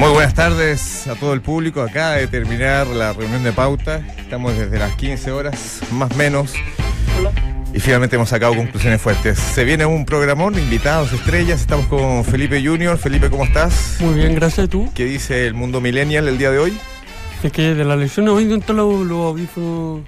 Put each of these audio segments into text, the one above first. Muy buenas tardes a todo el público. Acaba de terminar la reunión de pauta. Estamos desde las 15 horas, más menos. Y finalmente hemos sacado conclusiones fuertes. Se viene un programón, invitados, estrellas. Estamos con Felipe Junior. Felipe, ¿cómo estás? Muy bien, gracias. ¿Tú? ¿Qué dice el mundo millennial el día de hoy? Es que de la lección no voy a intentar los, los audífonos.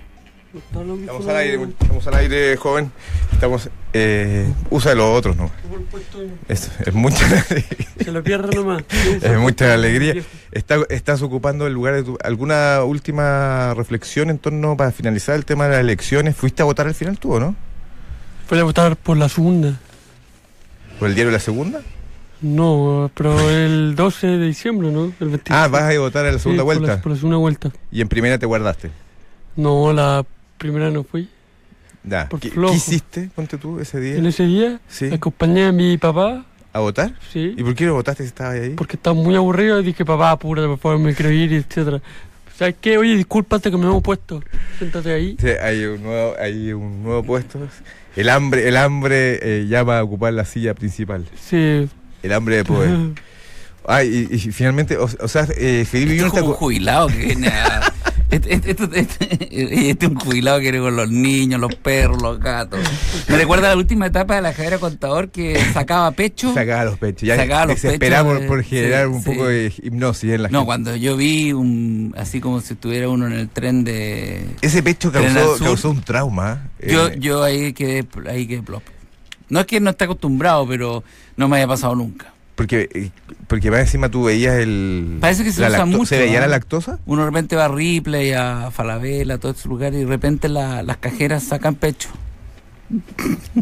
no están los Estamos audífonos. al aire, estamos al aire, joven. Estamos. eh, usa los otros, ¿no? Por puesto, Es, es mucha, pues, Se lo pierde nomás. es mucha alegría. Está, ¿Estás ocupando el lugar de tu. ¿Alguna última reflexión en torno para finalizar el tema de las elecciones? ¿Fuiste a votar al final tú o no? Voy a votar por la segunda. ¿Por el diario La Segunda? No, pero el 12 de diciembre, ¿no? El 25. Ah, vas a ir a votar a la Sí, segunda por la- vuelta. por la segunda vuelta. Y en primera te guardaste. No, la primera no fui. Ya. Por ¿Qué, flojo. qué hiciste, ponte tú, ese En día? ese día Sí. acompañé a mi papá, ¿A votar? sí, ¿Y por qué no votaste si estabas ahí? porque estaba muy aburrido y dije, papá, apúrate, por favor, me quiero ir, etcétera. ¿Sabes qué? Oye, discúlpate que me hemos puesto. Siéntate ahí. Sí, hay un nuevo, hay un nuevo puesto. El hambre, el hambre eh, llama a ocupar la silla principal. Sí. El hambre de poder. Ah, y, y finalmente, o, o sea, eh, Felipe Esto Junior es te como un acu- jubilado que viene a... Este, este- este- este- este es un jubilado que viene con los niños, los perros, los gatos. Me recuerda la última etapa de la carrera contador que sacaba pecho. sacaba los pechos. Ya Sacaba los desesperamos pechos, eh, por generar sí, un sí. poco de hipnosis en la No, gente. cuando yo vi un, así como si estuviera uno en el tren de... Ese pecho Tren al causó, sur. causó un trauma. eh, Yo, yo ahí quedé, ahí quedé plop. No es que no esté acostumbrado, pero no me haya pasado nunca. Porque, eh, porque más encima tú veías el. Parece que se la usa lacto- mucho, ¿Se veía ¿no? la lactosa? Uno de repente va a Ripley, a Falabella, a todos estos lugares y de repente la- las cajeras sacan pecho.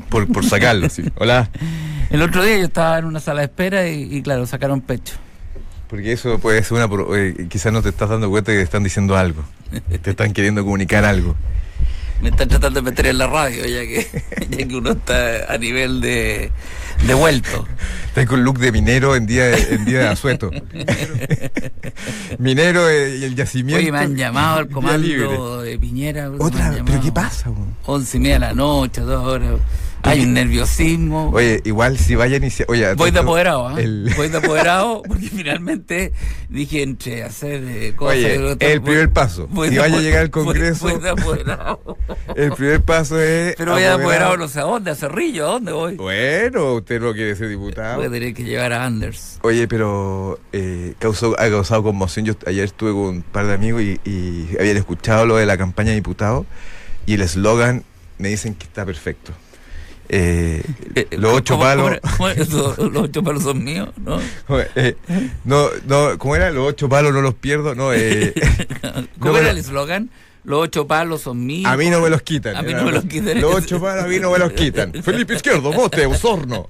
Por, por sacarlo, sí. Hola. El otro día yo estaba en una sala de espera y, y claro, sacaron pecho. Porque eso puede ser una. pro- eh, quizás no te estás dando cuenta que te están diciendo algo. Te están queriendo comunicar algo. Me están tratando de meter en la radio, ya que, ya que uno está a nivel de, de vuelto. Estás con look de minero en día de, en día de asueto. minero eh, y el yacimiento. Oye, me han llamado al Día libre. comando de Piñera. me han Otra, pero llamado. ¿qué pasa? weón? Once y media de la noche, dos horas. Hay un nerviosismo. Oye, igual si vaya a iniciar. Oye, Voy de atento, apoderado, ¿ah? el- Voy de apoderado porque finalmente dije entre hacer eh, cosas. Oye, y otras, el voy- primer paso. voy Si de vaya a apo- llegar al voy- Congreso- Voy, de apoderado. El primer paso es. Pero voy de apoderado no sé a dónde, a Cerrillo, ¿a dónde voy? Bueno, usted no quiere ser diputado. Voy a tener que llevar a Anders. Oye, pero eh, causó, ha causado conmoción. Yo ayer estuve con un par de amigos y, y habían escuchado lo de la campaña de diputados y el eslogan me dicen que está perfecto. Eh, Eh, eh, los ocho ¿cómo- palos. cómo- cómo es eso? los ocho palos son míos, ¿no? eh, no, no, ¿cómo era? Los ocho palos no los pierdo. No, eh, ¿Cómo No, era pero- el eslogan? Los ocho palos son míos. a mí no me los quitan. A mí no me los quitan. Los ocho palos a mí no me los quitan. Felipe Izquierdo, vote, Osorno.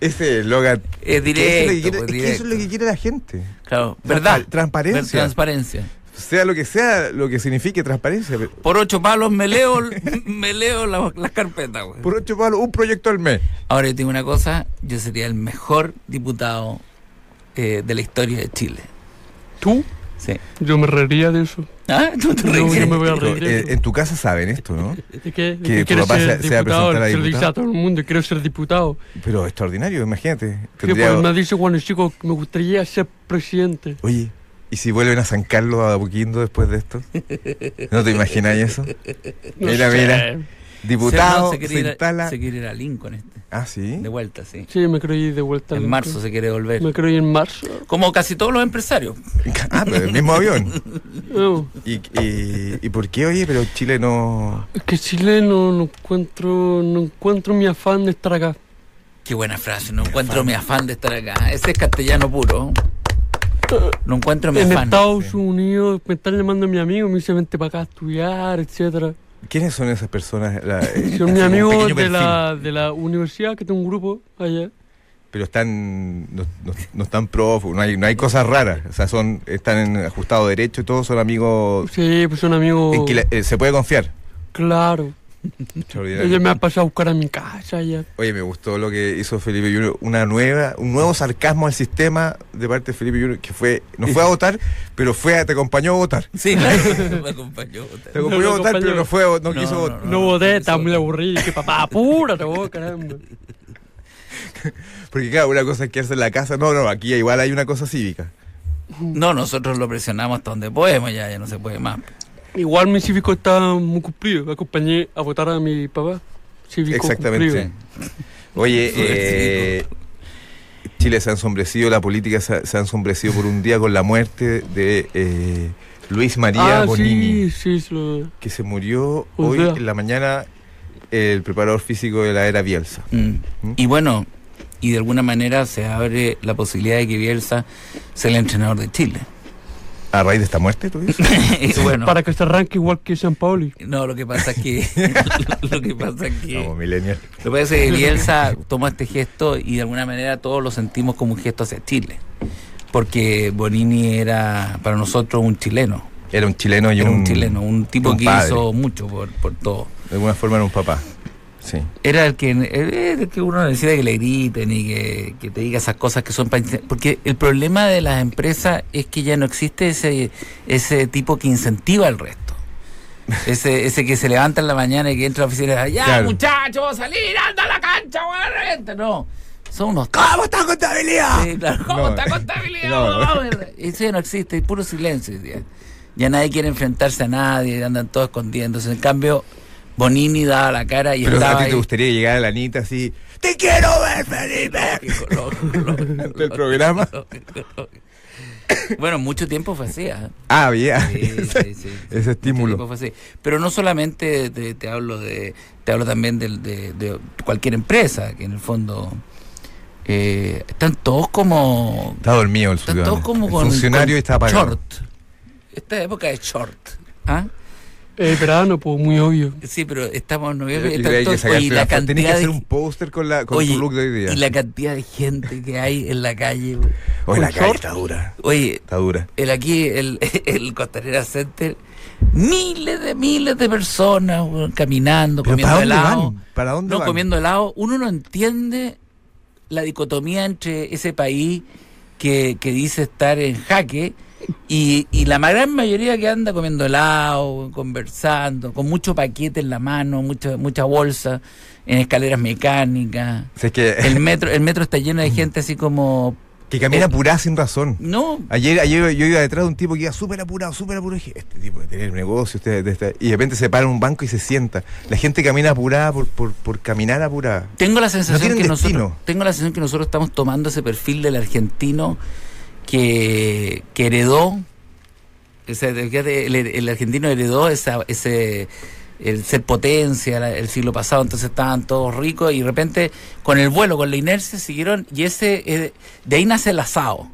Ese eslogan. Es que eso es lo que directo, quiere- pues, es que eso directo. es lo que quiere la gente. Claro, verdad. Transpa- transparencia. Ver- Transparencia. Sea lo que sea, lo que signifique transparencia. pero- Por ocho palos me leo, me leo la- las carpetas, güey. Por ocho palos, un proyecto al mes. Ahora yo te digo una cosa, yo sería el mejor diputado eh, de la historia de Chile. ¿Tú? Sí. Yo me reiría de eso. Ah, tú te No, ríes. yo me voy a Pero, reír. eh, en tu casa saben esto, ¿no? Que ¿De qué? ¿De qué tu quieres papá ser se- se va a diputado? presentar a Se lo dice diputado. a todo el mundo, quiero ser diputado. Pero extraordinario, imagínate. Sí, Tendría- pues, me dice cuando chico, me gustaría ser presidente. Oye, ¿y si vuelven a San Carlos a Apoquindo después de esto? ¿No te imagináis eso? No Mira, sé. mira. No, Diputado, se se, quiere ir a- instala. se quiere ir a Lincoln este, Ah, sí. de vuelta, sí. Sí, me creo ir de vuelta. al- En marzo se quiere Me volver. creo ir en marzo. Como casi todos los empresarios. Ah, pero el mismo avión. No, ¿Y, y, y por qué, oye? Pero Chile no. es que Chile no, no encuentro, no encuentro mi afán de estar acá. Qué buena frase, no encuentro mi afán de estar acá. Ese es castellano puro. No encuentro mi en afán. Estados sí. Unidos me están llamando mi amigo, me dice vente para acá a estudiar, etcétera. ¿Quiénes son esas personas? La- eh, Son mis así como un amigos pequeño de perfil. la, de la universidad, que tengo un grupo allá. pero están no, no- no están prófugos, no hay, no hay cosas raras, o sea, son están en ajustado derecho y todos son amigos Sí, pues son en amigos. que la- eh, se puede confiar. Claro. Ella Extraordinario. me ha pasado a buscar a mi casa allá. Oye, me gustó lo que hizo Felipe Junior, una nueva, un nuevo sarcasmo al sistema de parte de Felipe Junior, que fue, no fue a votar, pero fue a- te acompañó a votar. Sí, claro, me acompañó. Te acompañó No lo a votar, pero acompañó. no fue a vo- no, No, quiso no, votar. No voté, eso- estaba muy aburrido. Que papá, apúrate vos, caramba. Porque claro, una cosa es quedarse en la casa. No, no, aquí igual hay una cosa cívica. No, nosotros lo presionamos hasta donde podemos, ya, ya no se puede más. Igual mi cívico está muy cumplido. Acompañé a votar a mi papá. Cívico Exactamente. cumplido. Oye, Súper eh, Chile se ha ensombrecido, la política se ha, se ha ensombrecido por un día con la muerte de eh, Luis María ah, Bonini. sí, sí, se lo- que se murió Un hoy día. en la mañana el preparador físico de la era Bielsa. Mm. ¿Mm? Y bueno, y de alguna manera se abre la posibilidad de que Bielsa sea el entrenador de Chile. ¿A raíz de esta muerte, tú dices? Y bueno, Para que se arranque igual que San Pauli. no, lo que pasa es que. lo que pasa es que. Vamos, millennial. Lo que pasa es que Bielsa toma este gesto y de alguna manera todos lo sentimos como un gesto hacia Chile. Porque Bonini era para nosotros un chileno. Era un chileno y Era un, un chileno, un tipo un que padre. hizo mucho por, por todo. De alguna forma era un papá. Sí. Era el que, era el que uno necesita que le griten y que, que te diga esas cosas que son... pa- Porque el problema de las empresas es que ya no existe ese, ese tipo que incentiva al resto. Ese, ese que se levanta en la mañana y que entra a la oficina y dice, ya Claro. muchachos, vamos a salir, anda a la cancha, vamos a la reventa". No, son unos... ¿Cómo está contabilidad? Sí, claro, ¿Cómo No. está contabilidad? No. Vamos, vamos. Eso ya no existe, es puro silencio. hoy día. Ya nadie quiere enfrentarse a nadie, andan todos escondiéndose. En cambio... Bonini daba la cara y Pero estaba a ti te ahí. gustaría llegar a la Anita así, ¡Te quiero ver, Felipe! Lógico, lógico, lógico, Ante el programa. lógico, lógico. Bueno, mucho tiempo fue así. ¿ah? Ah, bien. Sí, ese, sí, ese sí, sí. Mucho tiempo estímulo. fue así. Pero no solamente te, te hablo de, te hablo también del- de, de cualquier empresa, que en el fondo eh, están todos como, Está dormido el están todos ciudadano. como El con funcionario con está apagado. Short. Esta época es short. ¿ah? Eh, verano, pues muy obvio. Sí, pero estamos en Y noviembre. están hay que todos- sacarse oye, la la foto. Tenés que cantidad hacer de un póster con, la, con Oye, tu look de hoy día. y la cantidad de gente que hay en la calle. güey. Oye, la ¿Un calle short? está dura. Oye, Está dura. el aquí, el, el Costanera Center, miles de miles de personas weón, caminando, Pero comiendo ¿para dónde helado. van? ¿Para dónde No, van? comiendo helado. Uno no entiende la dicotomía entre ese país que, que dice estar en jaque y, y la ma- gran mayoría que anda comiendo helado, weón, conversando, con mucho paquete en la mano, mucha, mucha bolsa, en escaleras mecánicas. O sea, es que, El metro, el metro está Mm. lleno de gente así como... que camina apurada sin razón. No, Ayer, ayer yo iba detrás de un tipo que iba súper apurado, súper apurado. Dije, este tipo de tener negocio, usted, de esta- y de repente se para en un banco y se sienta. La gente camina apurada por, por, por caminar apurada. Tengo la sensación tienen que destino. nosotros tengo la sensación que nosotros estamos tomando ese perfil del argentino que, que heredó o sea, de- fíjate, el, el argentino heredó esa, ese el ser potencia la- el siglo pasado, entonces estaban todos ricos y de repente con el vuelo, con la inercia siguieron y ese eh, de ahí nace el asado.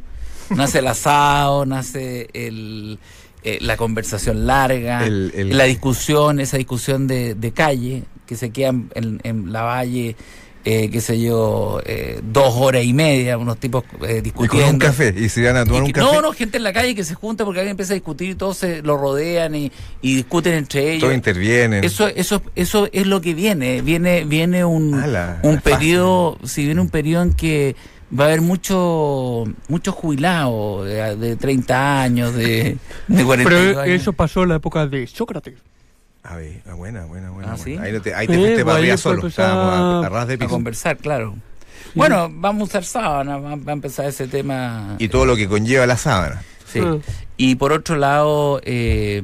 Nace el asado, nace el, eh, la conversación larga, El- el- Ah, la discusión, esa discusión de, de calle, que se queda en, en- en la valle, eh, qué sé yo, eh, dos horas y media, unos tipos eh, Y con discutiendo. un café. Y se van a tomar Y un que- café. No, no, gente en la calle que se junta porque alguien empieza a discutir y todos se lo rodean y, y discuten entre ellos. Todos intervienen. Eso, eso, eso es lo que viene. Viene, viene un, Ala, es un fácil. periodo, si viene un periodo en que va a haber mucho, muchos jubilados de, de 30 años, de, de 40 Pero años. eso pasó en la época de Sócrates. A ver, ah, buena, buena, buena. buena. Ah, ¿sí? Ahí, no te, ahí te Eh, fuiste para ahí arriba fue solo. empezar Estábamos a, a ras de a piso. conversar, claro. Bueno, vamos a usar sábana, va, va a empezar ese tema. Y todo lo que conlleva la sábana. Sí. Ah. Y por otro lado, eh,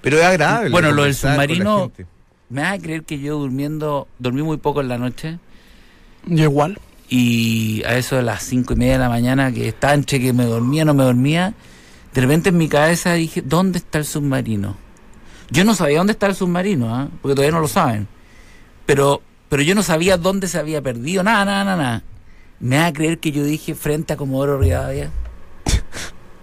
Pero es agradable. Bueno, lo del conversar con la submarino- gente. me vas a creer que yo durmiendo, dormí muy poco en la noche. Y igual. y a eso de las cinco y media de la mañana que estaba entre que me dormía no me dormía de repente en mi cabeza dije dónde está el submarino yo no sabía dónde está el submarino ¿ah? porque todavía no lo saben pero pero yo no sabía dónde se había perdido nada nada nada nada me va a creer que yo dije frente a Comodoro Rivadavia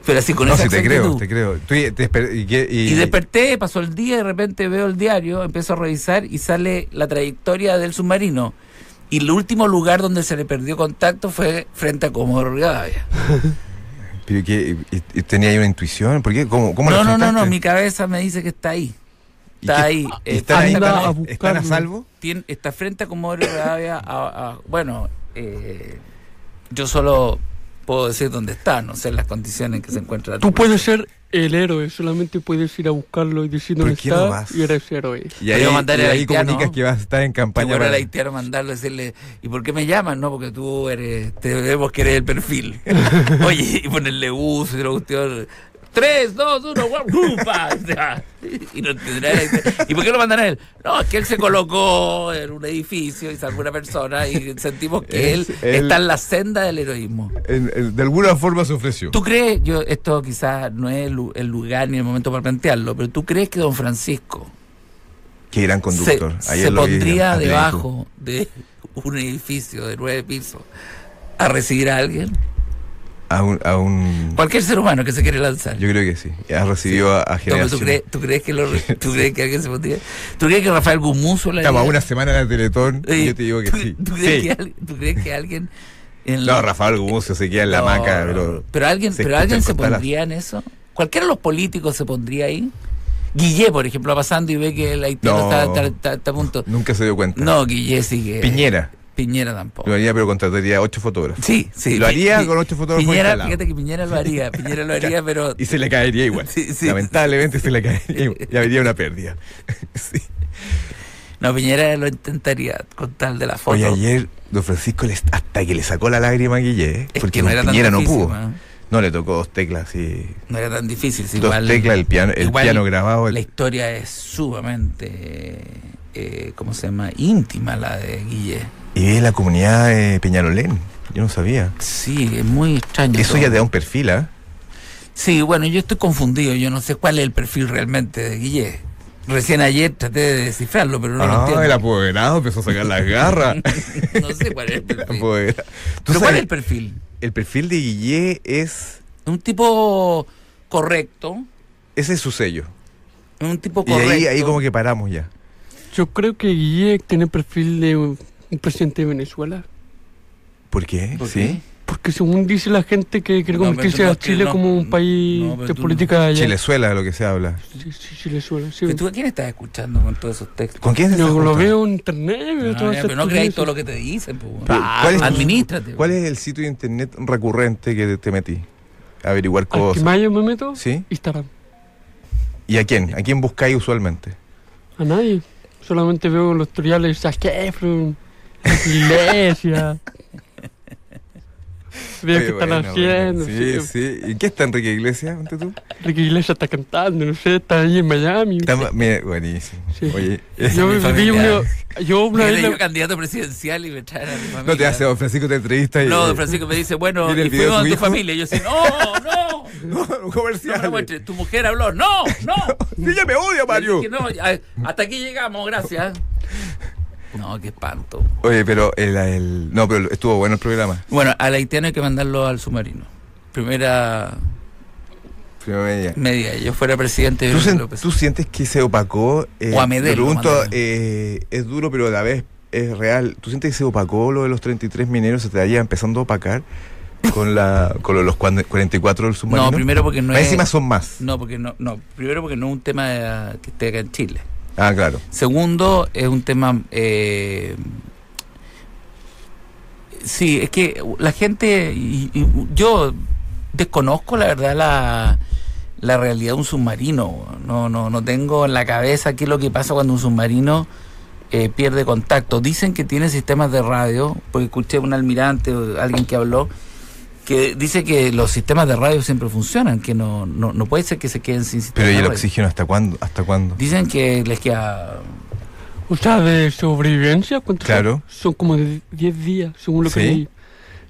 pero así con No, esa sí, te creo, exactitud. te creo. Tú y- te esper- y que- y- Y desperté, pasó el día, y de repente veo el diario, empiezo a revisar y sale la trayectoria del submarino. Y el último lugar donde se le perdió contacto fue frente a Comodoro Rivadavia. pero que- y- y- tenía ahí una intuición. ¿Por qué? ¿Cómo, cómo la No, no, no, no, afrontaste? mi cabeza me dice que está ahí. ¿Y Está qué- ahí. y eh, están ahí, frente están- Anda a a Comodoro- ¿Están a buscarlo. salvo? tien- está frente a Comodoro Rivadavia. a- a- bueno, eh, yo solo puedo decir dónde está, no sé las condiciones en que se encuentra. la Tú tripulación. puedes ser el héroe, solamente puedes ir a buscarlo y decir ¿Por dónde qué no está vas? y eres héroe. Y Te ahí, iba a mandar y el ahí haitiano, comunicas ¿no? que vas a estar en Te campaña. muero al para- haitiano mandarlo a decirle, ¿y por qué me llaman? No, porque tú eres, te vemos que eres el perfil. Oye, y ponerle uso y la cuestión. Tres, dos, uno, guau, upa. O sea, y, no tendrá el haitiano. ¿Y por qué lo mandan a él? No, es que él se colocó en un edificio y salvó una persona y sentimos Es que él el- está en la senda del heroísmo. en- en- de alguna forma se ofreció. ¿Tú crees, yo esto quizás no es el lu- el lugar ni el momento para plantearlo, pero tú crees que don Francisco Qué gran conductor. se, Ayer se lo vi en pondría Atlético. debajo de un edificio de nueve pisos a recibir a alguien. A un, a un- Cualquier ser humano que se quiere lanzar. Yo creo que sí. Ha recibido a, a No, pero ¿tú, generación. crees, tú crees que lo, tú crees que alguien se pondría? ¿Tú crees que Rafael Gumuzo la Estamos a una semana de la Teletón. Eh, y yo te digo que ¿tú, sí. ¿tú crees, Sí. que, al- tú crees que alguien en No, la- Rafael Gumucio se queda en la No, hamaca, no, pero. no. Pero alguien se se, pero escucha alguien el se portalazo. pondría en eso. Cualquiera de los políticos se pondría ahí. Guillé, por ejemplo, va pasando y ve que el haitiano No. está, está- está- está a punto. Nunca se dio cuenta. No, Guillé sigue. Piñera. Piñera tampoco. Lo haría, pero contrataría a ocho fotógrafos. Sí, sí. Lo Pi- haría Pi- con ocho fotógrafos Piñera, instalados. fíjate que Piñera lo haría, Piñera lo haría, pero Y se le caería igual. Sí, sí. Lamentablemente se le caería igual. Ya habría una pérdida. Sí. no, Piñera lo intentaría con tal de la foto. Oye, ayer don Francisco les- hasta que le sacó la lágrima a Guille, ¿eh? Es porque que no don era tan Piñera no difícil, pudo. ¿no? No, le tocó dos teclas, sí. No era tan difícil, si Dos igual, teclas, el piano, el igual piano grabado. el- La historia es sumamente, eh, eh, ¿cómo se llama? Íntima la de Guille. Y es la comunidad de Peñalolén. Yo no sabía. Sí, es muy extraño. Eso todo. ya te da un perfil, ¿ah? Sí, bueno, yo estoy confundido, yo no sé cuál es el perfil realmente de Guille. Recién ayer traté de descifrarlo, pero no lo entiendo. ah, el apoderado empezó a sacar las garras. no sé cuál es el El perfil. apoderado. ¿Tú ¿Pero cuál es sabes? el perfil? El perfil de Guille es. Un tipo correcto, Ese es su sello. un tipo Y Oh, correcto. ahí, ahí como que paramos ya. Yo creo que Guille tiene perfil de un un presidente de Venezuela. ¿Por qué? ¿Por sí. Porque según dice la gente que quiere No, pero convertirse tú no a Chile crees, no. como un país No, pero de tú política allá. Chilezuela, de lo que se habla. Sí, sí, Chilezuela, sí. qué? ¿Tú a quién estás escuchando con todos esos textos? ¿Con quién se está Yo lo juntando? veo en internet, veo Ah, todas ya, esas pero no creáis estupideces. todo lo que te dicen, pues. bueno. Pero, Ah, ¿cuál es- Administrate. ¿Cuál es el sitio de internet recurrente que te- te metí? Averiguar Al que cosas. más yo me meto, ¿Sí? Instagram. ¿Y a quién? ¿A quién buscáis usualmente? A nadie. Solamente veo los tutoriales de Zac Efron, las iglesias. veo Oye, qué están bueno, haciendo. bueno, sí. Sí, sí. ¿Y qué está Enrique Iglesias? ponte tú? Ricky Iglesias está cantando, no sé, está ahí en Miami. Está ma- mira, buenísimo. Sí. Oye, yo, mi vi familia. una- yo una Era vez... la- yo candidato presidencial y me traen a mi familia. no te hace, don Francisco te entrevista y. No, don Francisco me dice, bueno, Mira el y video de fuimos a tu tu hijo. familia. Y yo decía, no, no, no No, un me comercial. lo muestres. Tu mujer habló, no, no. Ella me odia, Mario. Le dije, no, a- hasta aquí llegamos, gracias. No, qué espanto. Oye, pero el, el- No, pero estuvo bueno el programa. Bueno, al haitiano hay que mandarlo al submarino. Primera Primero media. media, yo fuera presidente de ¿Tú, sen- López. tú sientes que se opacó? Eh, O a Medel, te pregunto, lo mandaron. eh, es duro, pero a la vez es real. ¿Tú sientes que se opacó lo de los 33 mineros? ¿Se te vaya empezando a opacar con, la, con lo de los cuan- 44 del submarino? No, primero porque no Más es... encima son más. No, porque no, no, primero porque no es un tema eh, que esté acá en Chile. Ah, claro. Segundo, es un tema... eh, sí, es que la gente... y- y yo desconozco la verdad la, la realidad de un submarino. No, no, no tengo en la cabeza qué es lo que pasa cuando un submarino eh, pierde contacto. Dicen que tiene sistemas de radio, porque escuché a un almirante o alguien que habló que dice que los sistemas de radio siempre funcionan, que no, no, no puede ser que se queden sin sistemas Pero ¿y de el radio. oxígeno hasta cuándo? ¿Hasta cuándo? Dicen que les queda. O sea, de sobrevivencia, ¿cuántos Claro. son? Son como de 10 días, según lo que Sí. leí.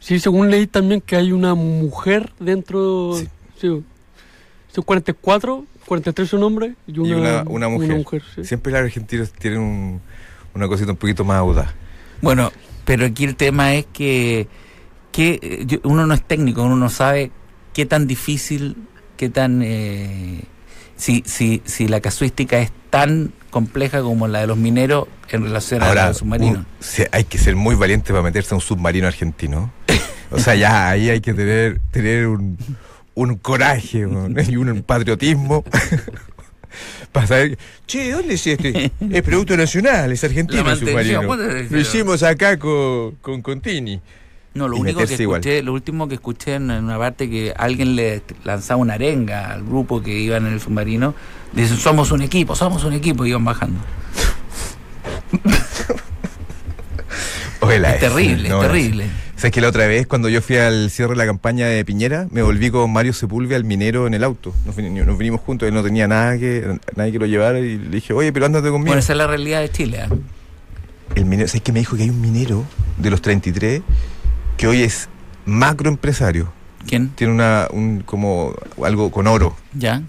Sí, según leí también que hay una mujer dentro. Sí. Sí. Son 44, 43 son hombres y una, y una, una mujer. sí. Siempre los argentinos tienen un- una cosita un poquito más audaz. Bueno, pero aquí el tema es que, que eh, yo- uno no es técnico, uno no sabe qué tan difícil, qué tan. eh, si, si, si la casuística es tan compleja como la de los mineros en relación a la Ahora, uh, de los submarinos. un- se- hay que ser muy valiente para meterse a un submarino argentino. O sea, ya ahí hay que tener, tener un, un coraje weón, y un patriotismo. Para saber, che, ¿dónde es este? Es producto nacional, es argentino La el submarino. mantención, ¿cuánto es este? el Lo submarino? hicimos acá con, con Contini. No, lo y único que meterse igual. escuché, lo último que escuché en, en una parte que alguien le t- lanzaba una arenga al grupo que iban en el submarino, dicen somos un equipo, somos un equipo, y iban bajando. Oye, la es terrible, no, no es sé. terrible. ¿Sabes que la otra vez, cuando yo fui al cierre de la campaña de Piñera, me volví con Mario Sepúlveda, el minero, en el auto? Nos, vin- nos vinimos juntos, él no tenía nada que, nadie que lo llevara y le dije, oye, pero ándate conmigo. Bueno, esa es la realidad de Chile. ¿ah? El minero, ¿sabes que me dijo que hay un minero de los 33 que hoy es macroempresario? ¿Quién? Tiene una, un, como algo con oro. ¿Ya?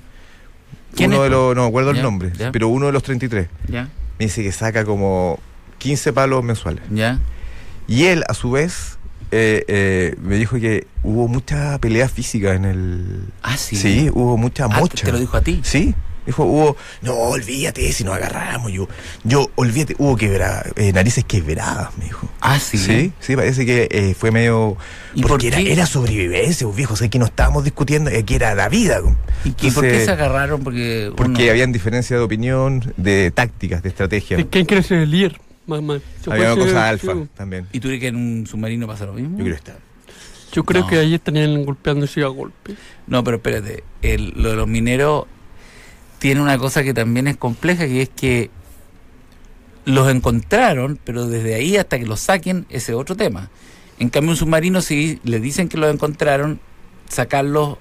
¿Quién uno es? de los, no me acuerdo Ya, el nombre, ya. pero uno de los 33. ¿Ya? Me dice que saca como 15 palos mensuales. ¿Ya? Y él, a su vez, eh, eh, me dijo que hubo mucha pelea física en el. Ah, sí. Sí, hubo mucha Ah, mocha. te, te lo dijo a ti. Sí. Dijo, hubo. No, olvídate si nos agarramos. Yo, yo olvídate, hubo quebrada, eh, narices quebradas, me dijo. Ah, sí. Sí, sí, parece que eh, fue medio. ¿Y por porque era, qué? era sobrevivencia, pues, viejo. O sea, que no estábamos discutiendo, eh, que era la vida. com. ¿Y qué- por qué Entonces, se agarraron? Porque, Porque uno- habían diferencia de opinión, de tácticas, de estrategia. ¿De ¿Quién quiere ser el líder? Más, más. Se Había una puede ser- cosa alfa sí, también. ¿Y tú crees que en un submarino pasa lo mismo? Yo creo que está. Yo creo No. que ahí estarían golpeándose a golpe. No, pero espérate, el- lo de los mineros tiene una cosa que también es compleja, que es que los encontraron, pero desde ahí hasta que los saquen, ese es otro tema. En cambio, un submarino, si le dicen que los encontraron, sacarlos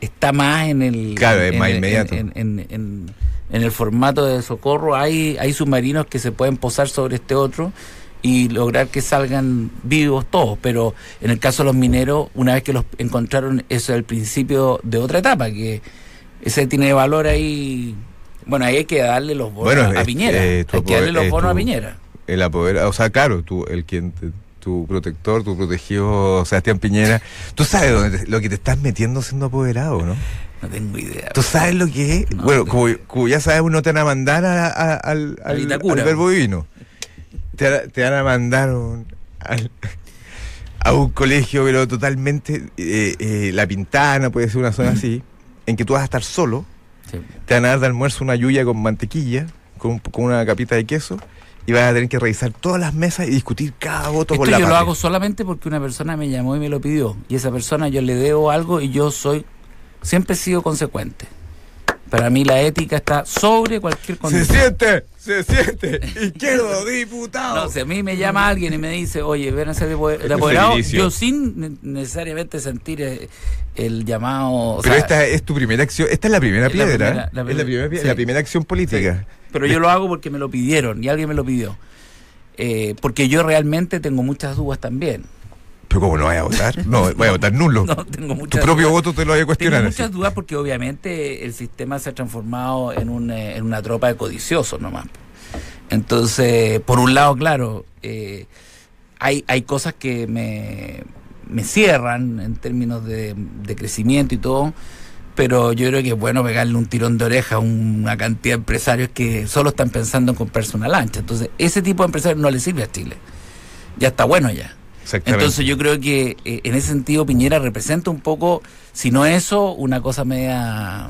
está más en el... Claro, en, es más en- inmediato. En, en- en- en el formato de socorro hay, hay submarinos que se pueden posar sobre este otro y lograr que salgan vivos todos, pero en el caso de los mineros, una vez que los encontraron, eso es el principio de otra etapa, que ese tiene valor ahí. Bueno, ahí hay que darle los bonos Bueno, a es- Piñera. eh, tu hay que darle apoder- los eh, bonos a tu- Piñera. el apoderado, o sea, claro, tú, el quien te- tu protector, tu protegido Sebastián Piñera, tú sabes dónde te- lo que te estás metiendo siendo apoderado, ¿no? No tengo idea. Tú sabes lo que es. No, bueno, te- como, como ya sabes, uno te van a mandar a- a- al, A al- Vitacura. al verbo divino. Te, van a- te van a mandar un- al- a un colegio, pero totalmente eh, eh, la pintana, puede ser una zona así, en que tú vas a estar solo. Sí. Te van a dar de almuerzo una yuya con mantequilla, con, con una capita de queso, y vas a tener que revisar todas las mesas y discutir cada voto Esto con la yo lo pata. hago solamente porque una persona me llamó y me lo pidió. Y esa persona yo le debo algo y yo soy. Siempre he sido consecuente. Para mí la ética está sobre cualquier ¡Se condición. siente! ¡Se siente! ¡Izquierdo, diputado! No, si a mí me llama alguien y me dice, oye, ven a ser de- de Este es apoderado, el inicio. yo sin ne- necesariamente sentir eh, el llamado. o Pero sea, esta es tu primera acción, esta es la primera Es la piedra, primera- ¿eh? la es la primera- primera, pie- sí. la primera acción política. pero yo lo hago porque me lo pidieron y alguien me lo pidió. Eh, porque yo realmente tengo muchas dudas también. Pero como no vas a votar, no, voy a votar nulo. No, tengo tu muchas propio dudas. voto te lo voy a cuestionar. Tengo así. muchas dudas porque obviamente el sistema se ha transformado en, un, eh, en una tropa de codiciosos nomás. Entonces, por un lado, claro, eh, hay, hay cosas que me, me cierran en términos de, de crecimiento y todo, pero yo creo que es bueno pegarle un tirón de oreja a una cantidad de empresarios que solo están pensando en comprarse una lancha. Entonces, ese tipo de empresarios no le sirve a Chile. Ya está bueno ya. Exactamente. Entonces yo creo que eh, en ese sentido Piñera representa un poco, si no eso, una cosa media,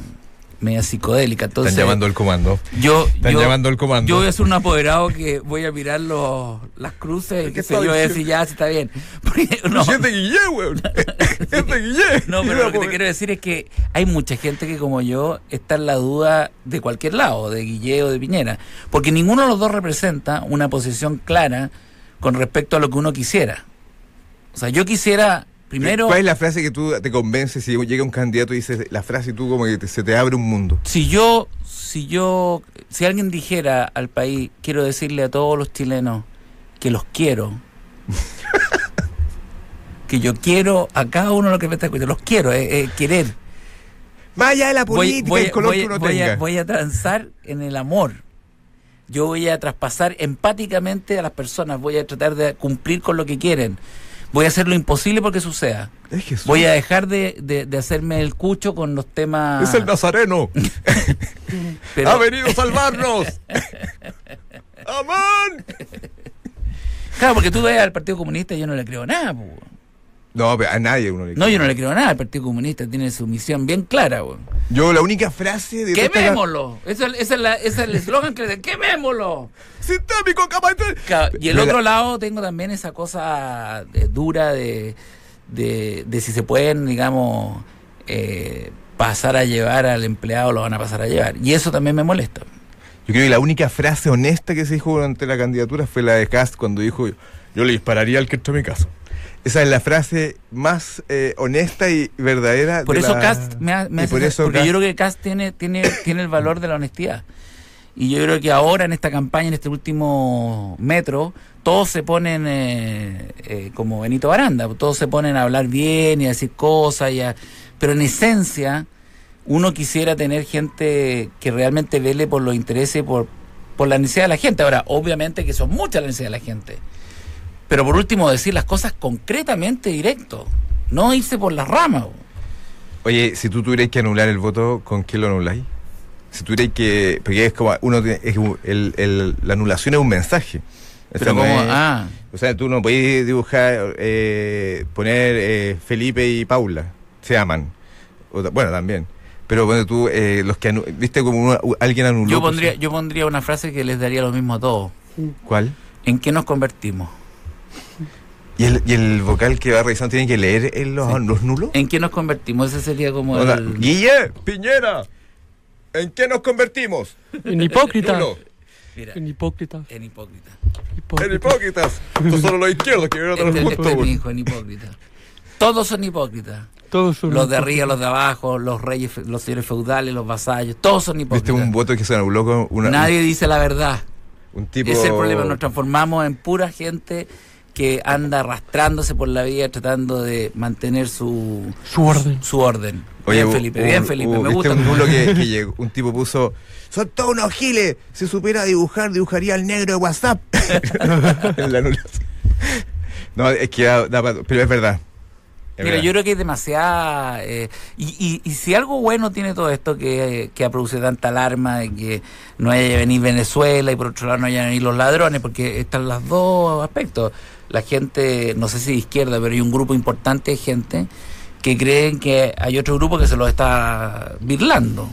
media psicodélica. Entonces, están llamando al comando. yo, Están yo, llamando al comando. yo voy a ser un apoderado que voy a mirar los, las cruces, qué está sé yo, voy a decir diciendo? ya, si está bien. Porque, no, Si es de Guillén, weón. Es de Guillén. no, Y pero la lo que te pobre- quiero decir es que hay mucha gente que como yo está en la duda de cualquier lado, de Guille o de Piñera, porque ninguno de los dos representa una posición clara con respecto a lo que uno quisiera. O sea, yo quisiera primero... ¿Cuál es la frase que tú te convences si llega un candidato y dices la frase y tú como que te- se te abre un mundo? Si yo, si yo, si alguien dijera al país, quiero decirle a todos los chilenos que los quiero, que yo quiero a cada uno lo que me está escuchando, los quiero, es es querer. Más allá de la política, el color voy- que uno voy tenga. a, voy a transar en el amor. Yo voy a traspasar empáticamente a las personas, voy a tratar de cumplir con lo que quieren. Voy a hacer lo imposible porque suceda. Es Jesús. Voy a dejar de, de- de hacerme el cucho con los temas. Es el Ah, nazareno. pero- Ha venido a salvarnos. ¡Amén! Claro, porque tú ves al Partido Comunista y yo no le creo nada, po. No, pero a nadie uno le No, cree. yo no le creo nada. El Partido Comunista tiene su misión bien clara, weón. Yo la única frase de... toda esta- ¡Quemémoslo! Ese es, esa es la- ese es el eslogan que le dicen, ¡quemémoslo! Sistémico, capaz- Claro, Y el Pero otro la- lado tengo también esa cosa eh, dura de, de, de si se pueden, digamos, eh, pasar a llevar al empleado, lo van a pasar a llevar. Y eso también me molesta. Yo creo que la única frase honesta que se dijo durante la candidatura fue la de Cast cuando dijo yo le dispararía al que entró a mi casa. Esa es la frase más eh, honesta y verdadera. Por de eso la- Cast me, ha- me y hace- por eso porque Cast- yo creo que Cast tiene, tiene, tiene el valor de la honestidad. Y yo creo que ahora en esta campaña, en este último metro, todos se ponen eh, eh, como Benito Baranda, todos se ponen a hablar bien y a decir cosas, y a- pero en esencia uno quisiera tener gente que realmente vele por los intereses, y por, por la necesidad de la gente. Ahora, obviamente que son muchas las necesidades de la gente, pero por último decir las cosas concretamente directo, no irse por las ramas. bo. Oye, si tú tuvieras que anular el voto, ¿con qué lo anuláis? Si tuvierais que... Porque es como... uno tiene- es un- el- el- La anulación es un mensaje. Esa Pero no como, es- ah, O sea, tú no podés dibujar, eh, poner eh, Felipe y Paula, se aman. O ta- bueno, también. Pero bueno, tú, eh, los que anu- viste como uno- u- alguien anuló. pues, yo por pondría, sí. yo pondría una frase que les daría lo mismo a todos. ¿Cuál? ¿En qué nos convertimos? ¿Y el, y el vocal que va revisando tiene que leer el- los, los nulos? ¿En qué nos convertimos? Ese sería como Hola, el- Guille, Piñera, ¿en qué nos convertimos? En hipócrita. Nulo, Mira, En hipócrita. en hipócrita. en hipócritas. Son solo los izquierdos que vieron a los Este, este justos. es mi güey. hijo, en hipócrita. Todos son hipócritas. Todos son Los de hipócritas. arriba, los de abajo, los reyes, fe- los señores feudales, los vasallos, todos son ¿Viste hipócritas. un voto que se anuló con una, Nadie dice la verdad. un tipo... Ese es el problema. Nos transformamos en pura gente que anda arrastrándose por la vida tratando de mantener su, Su orden. su orden. bien, hu- Felipe, hubo- bien, Felipe. hubo- me viste gusta. un nulo que, que llegó, un tipo puso, son todos unos giles, si supiera dibujar, dibujaría al negro de WhatsApp. En la anulación. No, es que da, da pa- pero es verdad. Es Mira, verdad. yo creo que es demasiada... eh, y, y, y si algo bueno tiene todo esto que, que ha producido tanta alarma de que no haya venir Venezuela y por otro lado no haya venir los ladrones, porque están los dos aspectos. La gente, no sé si de izquierda, pero hay un grupo importante de gente que creen que hay otro grupo que se los está virlando,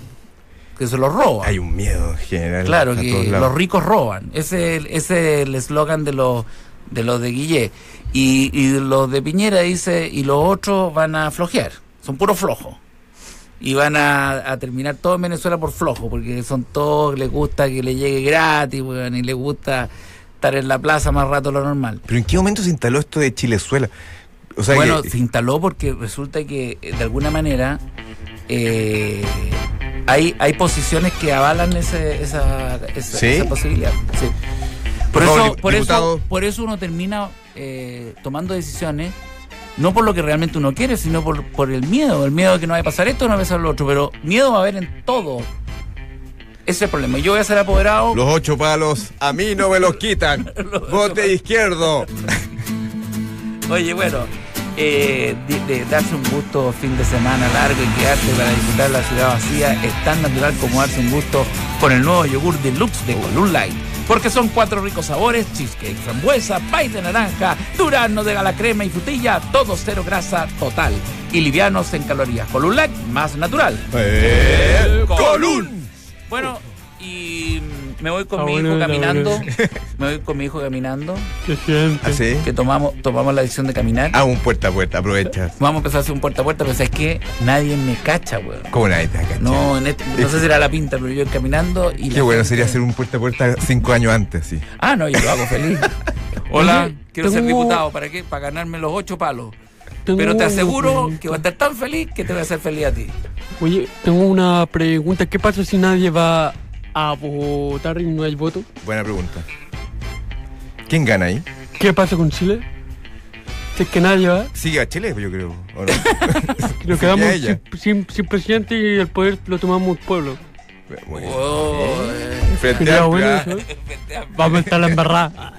que se los roba. Hay un miedo en general. Claro, a todos que lados. los ricos roban. Ese es el- ese es el eslogan de los de los de Guillé. Y, y los de Piñera dice, y los otros van a flojear, son puros flojos. Y van a, a terminar todo en Venezuela por flojo, porque son todos, les gusta que le llegue gratis, weón, y les gusta estar en la plaza más rato de lo normal. Pero ¿en qué momento se instaló esto de Chilezuela? O sea, bueno, que- se instaló porque resulta que eh, de alguna manera eh, hay, hay posiciones que avalan ese- esa, esa, ¿Sí? esa posibilidad. sí. Por, Por eso, favor, dip- por, eso, diputado. por eso uno termina eh, tomando decisiones, no por lo que realmente uno quiere, sino por, por el miedo, el miedo de que no vaya a pasar esto, no vaya a pasar lo otro, pero miedo va a haber en todo. Ese es el problema. Yo voy a ser apoderado. los ocho palos, a mí no me los quitan. Vote izquierdo. Oye, bueno, eh, de, de darse un gusto fin de semana largo y quedarse para disfrutar la ciudad vacía es tan natural como darse un gusto con el nuevo yogur deluxe de Column Light. Porque son cuatro ricos sabores, cheesecake, frambuesa, pay de naranja, durazno de la crema y frutilla, todo cero grasa total. Y livianos en calorías. Column Light, más natural. Eh, Colún. Bueno, y mm, me voy con Ah, mi bueno, hijo la caminando. verdad. Me voy con mi hijo caminando. Qué gente. ¿Así? Que tomamos, tomamos la decisión de caminar. Ah, un puerta a puerta, aprovecha. Vamos a empezar a hacer un puerta a puerta, pero es que nadie me cacha, weón. ¿Cómo nadie te va a cachar? No, en este, no sé si era la pinta, pero yo iba caminando y. Qué bueno sería hacer un puerta a puerta cinco años antes, sí. Ah, no, yo lo hago feliz. Hola, Hola, quiero ser tengo- diputado. ¿Para qué? Para ganarme los ocho palos. Tengo Pero te una aseguro que voy a pregunta. estar tan feliz que te voy a hacer feliz a ti. Oye, tengo una pregunta. ¿Qué pasa si nadie va a votar y no hay voto? Buena pregunta. ¿Quién gana ahí? ¿Qué pasa con Chile? Si es que nadie va, Sigue a Chile, yo creo. ¿o no? que nos Sí, ya quedamos ella. sin, sin- sin presidente y el poder lo tomamos el pueblo. Muy bien. Oh, eh, Frente Sería a bueno eso, ¿eh? Vamos a estar la embarrada.